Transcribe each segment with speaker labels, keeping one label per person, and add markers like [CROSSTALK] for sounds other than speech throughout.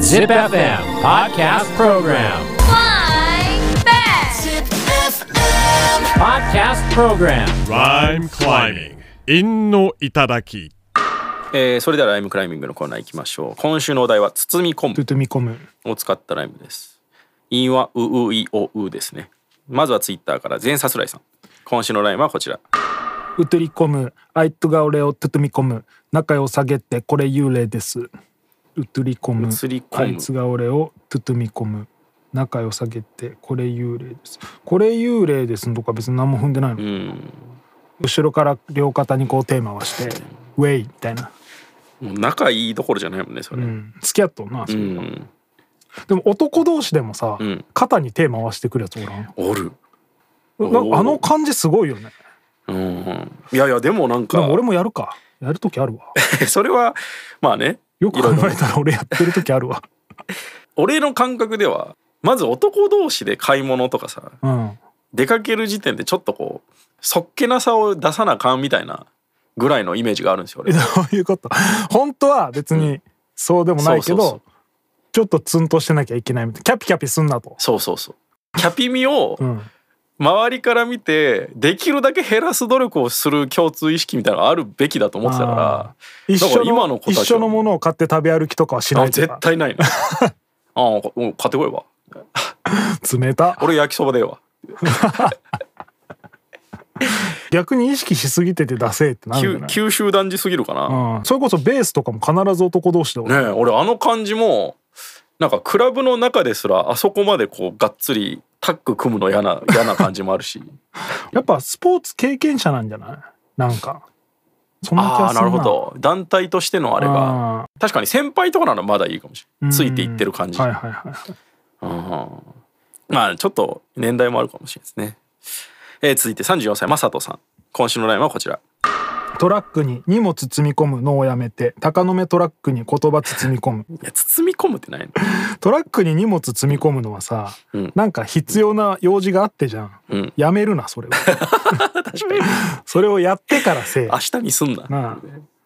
Speaker 1: Zip FM Podcast Program.
Speaker 2: Flying back.
Speaker 1: Podcast Program.
Speaker 3: Rhyme climbing. 陰の頂き。
Speaker 4: えーそれではライムクライミングのコーナー行きましょう今週のお題は包み込む
Speaker 5: 包み込む
Speaker 4: を使ったライムです韻はうういおうですねまずはツイッターから全さすらいさん今週のライムはこちら
Speaker 5: 映り込むあいつが俺を包み込む仲を下げてこれ幽霊です映り込む
Speaker 4: 映り込む
Speaker 5: あいつが俺を包み込む仲を下げてこれ幽霊ですこれ幽霊ですのとか別に何も踏んでないの、
Speaker 4: うん
Speaker 5: 後ろから両肩にこうテーマはしてウェイみたいな、
Speaker 4: もう仲いいどころじゃないもんねそれ
Speaker 5: う
Speaker 4: うん、
Speaker 5: ん、付き合っとんな、
Speaker 4: うん
Speaker 5: でも男同士でもさ、
Speaker 4: ん
Speaker 5: 肩に手回してくるやつおらん
Speaker 4: おる
Speaker 5: なんかあの感じすごいよね
Speaker 4: うんいやいやでもなん
Speaker 5: で
Speaker 4: か
Speaker 5: も俺もやるかやる時あるわ
Speaker 4: [LAUGHS] それはまあね
Speaker 5: よく
Speaker 4: いろい
Speaker 5: 考
Speaker 4: ろ
Speaker 5: えたら俺やってる時あるわ
Speaker 4: 俺の感覚ではまず男同士で買い物とかさ
Speaker 5: うん
Speaker 4: 出かける時点でちょっとこうそっけなさを出さなあかんみたいなぐらいのイメージがあるんですよ
Speaker 5: え
Speaker 4: 俺
Speaker 5: どういうこと本当は別にそうでもないけど、
Speaker 4: そうそう
Speaker 5: ちょっとツンとしてなきゃいけないみたいなキャピキャピすんなと、
Speaker 4: そうそうそうキャピミを
Speaker 5: うん、
Speaker 4: 周りから見てできるだけ減らす努力をする共通意識みたいなのがあるべきだと思ってたか
Speaker 5: 一緒
Speaker 4: だか
Speaker 5: の
Speaker 4: ら今の子たち
Speaker 5: 一
Speaker 4: は
Speaker 5: 緒のものを買って食べ歩きとかはし
Speaker 4: ら
Speaker 5: な
Speaker 4: あ
Speaker 5: いと
Speaker 4: 絶
Speaker 5: か
Speaker 4: 対
Speaker 5: [LAUGHS]
Speaker 4: ないなああこうん買ってこいわ
Speaker 5: 冷た
Speaker 4: 俺焼きそばでええわ
Speaker 5: 逆に意識しすぎててダセーってなるんじゃ
Speaker 4: 九
Speaker 5: ない
Speaker 4: 九州男児すぎるかな、
Speaker 5: うん、それこそベースとかも必ず男同士で、
Speaker 4: ねえ俺あの感じもなんかクラブの中ですらあそこまでこうがっつりタッグ組むの嫌
Speaker 5: [LAUGHS]
Speaker 4: な嫌な感じもあるし
Speaker 5: やっぱスポーツ経験者なんじゃないなんかそんな気
Speaker 4: あ
Speaker 5: が
Speaker 4: あ
Speaker 5: するな
Speaker 4: なるほど団体としてのあれが
Speaker 5: あ
Speaker 4: 確かに先輩とかならまだいいかもしれな
Speaker 5: ー
Speaker 4: いついていってる感じ、
Speaker 5: はいはいはい
Speaker 4: うんまあちょっと年代もあるかもしれないですね、えー続いて34歳正人さん今週のラインはこちら
Speaker 5: トラックに荷物積み込むのをやめて鷹の目トラックに言葉包み込む
Speaker 4: いや包み込むってないの、
Speaker 5: トラックに荷物積み込むのはさ、
Speaker 4: うん
Speaker 5: なんか必要な用事があってじゃん、
Speaker 4: うん、
Speaker 5: やめるなそれは
Speaker 4: [LAUGHS] 確かに
Speaker 5: [LAUGHS] それをやってからせえ
Speaker 4: 明日にすんな
Speaker 5: なあ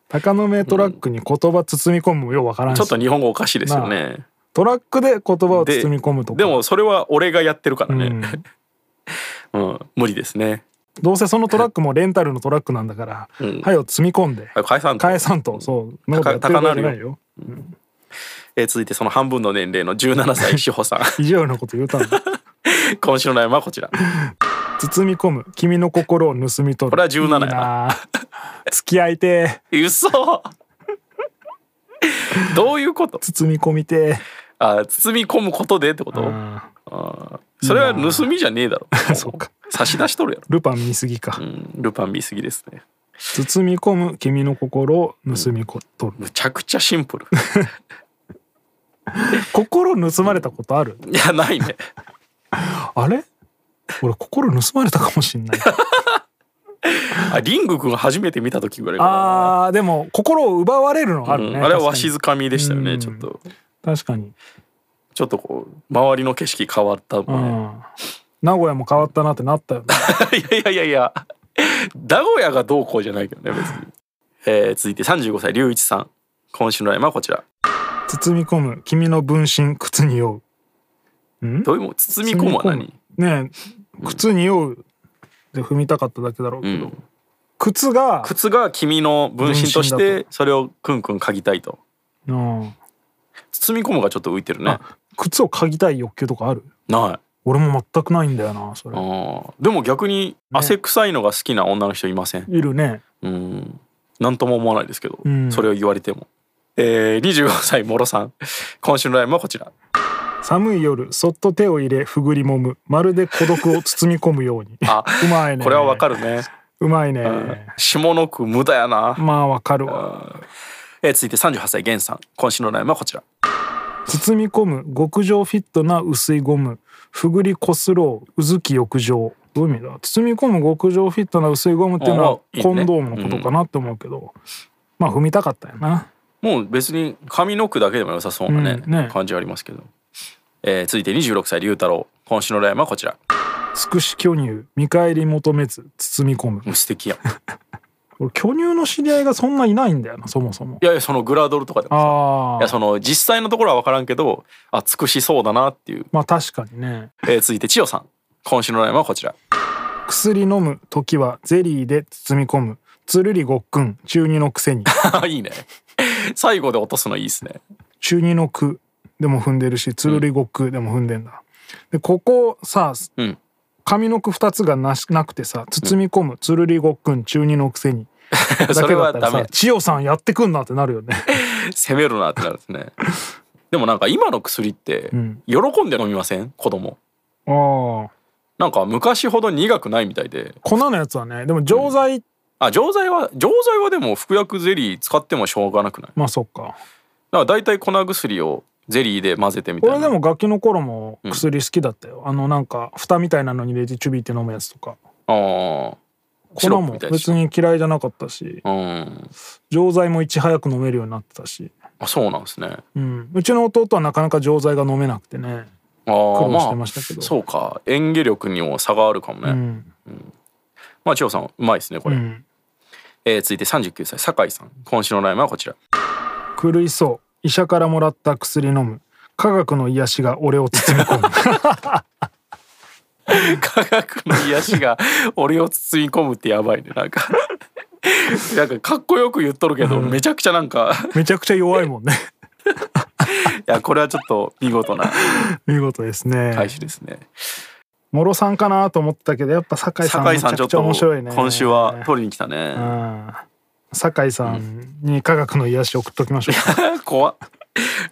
Speaker 5: 鷹の目トラックに言葉包み込むもようわからんし
Speaker 4: ちょっと日本語おかしいですよね
Speaker 5: トラックで言葉を包み込むとか
Speaker 4: でもそれは俺がやってるから
Speaker 5: う
Speaker 4: ね、
Speaker 5: ん、
Speaker 4: うん、無理ですね。
Speaker 5: どうせそのトラックもレンタルのトラックなんだから、
Speaker 4: うん
Speaker 5: はよ積み込んで
Speaker 4: はい、解散
Speaker 5: 返さんとそうそんなことやってる場合じゃないよ
Speaker 4: えー続いてその半分の年齢の17歳志保さん
Speaker 5: 以上のこと言うたんだ
Speaker 4: [LAUGHS] 今週のライブはこちら
Speaker 5: 包み込む君の心を盗み取る
Speaker 4: これは17やない
Speaker 5: いな付き合いてえ
Speaker 4: 嘘どういうこと
Speaker 5: 包み込みて
Speaker 4: あ包み込むことでってこ
Speaker 5: え
Speaker 4: と
Speaker 5: うん
Speaker 4: あーそれは盗みじゃねえだろ
Speaker 5: そうか
Speaker 4: 差し出しとるやろ、
Speaker 5: ルパン見すぎか、
Speaker 4: うん、ルパン見すぎですね
Speaker 5: 包み込む君の心を盗みこ取る、
Speaker 4: むちゃくちゃシンプル
Speaker 5: 心盗まれたことある、
Speaker 4: [LAUGHS] いやないね
Speaker 5: あれ俺心盗まれたかもし
Speaker 4: [LAUGHS]
Speaker 5: んない
Speaker 4: あリング君初めて見た時ぐらいかな
Speaker 5: あーでも心を奪われるのはあるね、
Speaker 4: うんあれはわしづかみでしたよ
Speaker 5: う
Speaker 4: ね
Speaker 5: ん
Speaker 4: ちょっと
Speaker 5: 確かに、
Speaker 4: ちょっとこう周りの景色変わった
Speaker 5: う
Speaker 4: もんね、
Speaker 5: ん、名古屋も変わったなってなったよね
Speaker 4: いやいやいやいや名古屋がどうこうじゃないけどね別に、えー続いて35歳龍一さん今週のラインはこちら
Speaker 5: 包み込む君の分身靴に酔ううん
Speaker 4: どういうもん包み込むは何
Speaker 5: 包ねえ靴に酔うで踏みたかっただけだろう
Speaker 4: う
Speaker 5: けど、
Speaker 4: ん、
Speaker 5: 靴が、
Speaker 4: 靴が君の分身とし
Speaker 5: 分身
Speaker 4: てそれをくんくん嗅ぎたいと
Speaker 5: うん、
Speaker 4: 包み込むがちょっと浮いてるね
Speaker 5: 靴を嗅ぎたい欲求とかある
Speaker 4: ない
Speaker 5: 俺も全くないんだよなそ
Speaker 4: あ
Speaker 5: れ
Speaker 4: ーでも逆に汗臭いのが好きな女の人いません
Speaker 5: いるね
Speaker 4: うん何とも思わないですけど、
Speaker 5: うん
Speaker 4: それを言われても、えー、25歳もろさん今週のラインはこちら
Speaker 5: 寒い夜そっと手を入れふぐりもむまるで孤独を包み込むように
Speaker 4: あ
Speaker 5: うまいね
Speaker 4: これはわかるね、
Speaker 5: うまいね
Speaker 4: 下の句無駄やな
Speaker 5: まあわかるわ
Speaker 4: えー続いて38歳源さん今週のラインはこちら
Speaker 5: 包み込む極上フィットな薄いゴムふぐりこすろううずき浴場どういう意味だ包み込む極上フィットな薄いゴムっていうのは
Speaker 4: あいいね
Speaker 5: コンドームのことかなって思うけどまあ踏みたかったよな
Speaker 4: もう別に上の句だけでも良さそうなね,、
Speaker 5: うんね
Speaker 4: 感じはありますけど、えー続いて26歳龍太郎今週のラインはこちらも
Speaker 5: つくし巨乳見返り求めず包み込む
Speaker 4: う素敵やん
Speaker 5: 俺巨乳の知り合いがそんないないんだよなそもそも
Speaker 4: いやいやそのグラドルとかでもさい
Speaker 5: ああ
Speaker 4: やその実際のところは分からんけどあ尽くしそうだなっていう、
Speaker 5: まあ確かにね
Speaker 4: [LAUGHS] えー続いて千代さん今週のラインはこちら [LAUGHS]
Speaker 5: 薬飲む時はゼリーで包み込むつるりごっくん中二の
Speaker 4: [LAUGHS]
Speaker 5: くせに
Speaker 4: あいいね最後で落とすのいい
Speaker 5: [LAUGHS]
Speaker 4: ですね
Speaker 5: 中二のくでも踏んでるしつるりごっくでも踏んでんだ、でここさ
Speaker 4: うん
Speaker 5: 上の句2つがなしなくてさ包み込むつるりごっくん中二のくせにだ
Speaker 4: [LAUGHS]
Speaker 5: け
Speaker 4: それ
Speaker 5: だっ
Speaker 4: は
Speaker 5: たら
Speaker 4: ダメ
Speaker 5: さ千代さんやってくんなってなるよね
Speaker 4: 攻めるなってなるんですねでもなんか今の薬って
Speaker 5: ん
Speaker 4: 喜んで飲みません子供
Speaker 5: ああ
Speaker 4: なんか昔ほど苦くないみたいで
Speaker 5: 粉のやつはねでも錠剤、
Speaker 4: あ錠剤は錠剤はでも服薬ゼリー使ってもしょうがなくない
Speaker 5: まあそっか
Speaker 4: だから大体粉薬をゼリーで混ぜてみたいな
Speaker 5: 俺でもガキの頃も薬好きだったよ、あのなんか蓋みたいなのに入れてチュビって飲むやつとか
Speaker 4: ああシ
Speaker 5: 粉
Speaker 4: ロップ
Speaker 5: も
Speaker 4: みたい
Speaker 5: 別
Speaker 4: な
Speaker 5: に嫌いじゃなかったし
Speaker 4: うん
Speaker 5: 錠剤もいち早く飲めるようになってたし、
Speaker 4: あそうなんですね
Speaker 5: うん、うちの弟はなかなか錠剤が飲めなくてね
Speaker 4: ああ
Speaker 5: 苦労してましたけど
Speaker 4: あ、そうか演技力にも差があるかもね、
Speaker 5: うん、
Speaker 4: まあ千代さんうまいですねこ
Speaker 5: う
Speaker 4: れ、
Speaker 5: ん、
Speaker 4: えー続いて39歳酒井さん今週のラインはこちら
Speaker 5: 狂いそう医者からもらった薬飲む科学の癒しが俺を包み込
Speaker 4: [LAUGHS]
Speaker 5: む
Speaker 4: 科学の癒しが俺を包み込むってやばいねなんかなんかかっこよく言っとるけど、めちゃくちゃなんか
Speaker 5: めちゃくちゃ弱いもんね [LAUGHS]
Speaker 4: いやこれはちょっと見事な
Speaker 5: 見事ですね、
Speaker 4: 開始ですね、
Speaker 5: もろさんかなと思ったけどやっぱ酒井さん
Speaker 4: 酒井
Speaker 5: めち
Speaker 4: さん
Speaker 5: ゃ
Speaker 4: ちょっ
Speaker 5: くちゃ
Speaker 4: と
Speaker 5: 面白いね
Speaker 4: 今週は取りに来たね、
Speaker 5: うん酒井さんに科学の癒し送っときましょうか
Speaker 4: 怖っ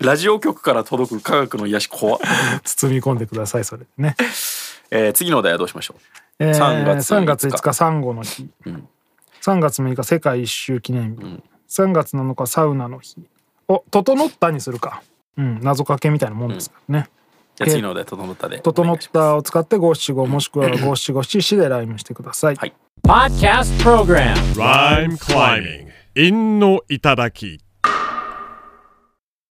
Speaker 4: ラジオ局から届く科学の癒し怖っ、
Speaker 5: 包み込んでくださいそれでね、
Speaker 4: えー次のお題はどうしましょ
Speaker 5: えー
Speaker 4: 3月
Speaker 5: 3月
Speaker 4: 5
Speaker 5: 5日産後の日、
Speaker 4: ん
Speaker 5: 3月6日世界一周記念日、3月7日サウナの日お整ったにするか、うん、謎かけみたいなもんですからね、
Speaker 4: うじゃあ次のお題整ったで
Speaker 5: 整ったを使って五七五もしくは五七五七七でライムしてください、
Speaker 4: はい
Speaker 1: Podcast Program
Speaker 3: Rhyme climbing. 陰の頂き。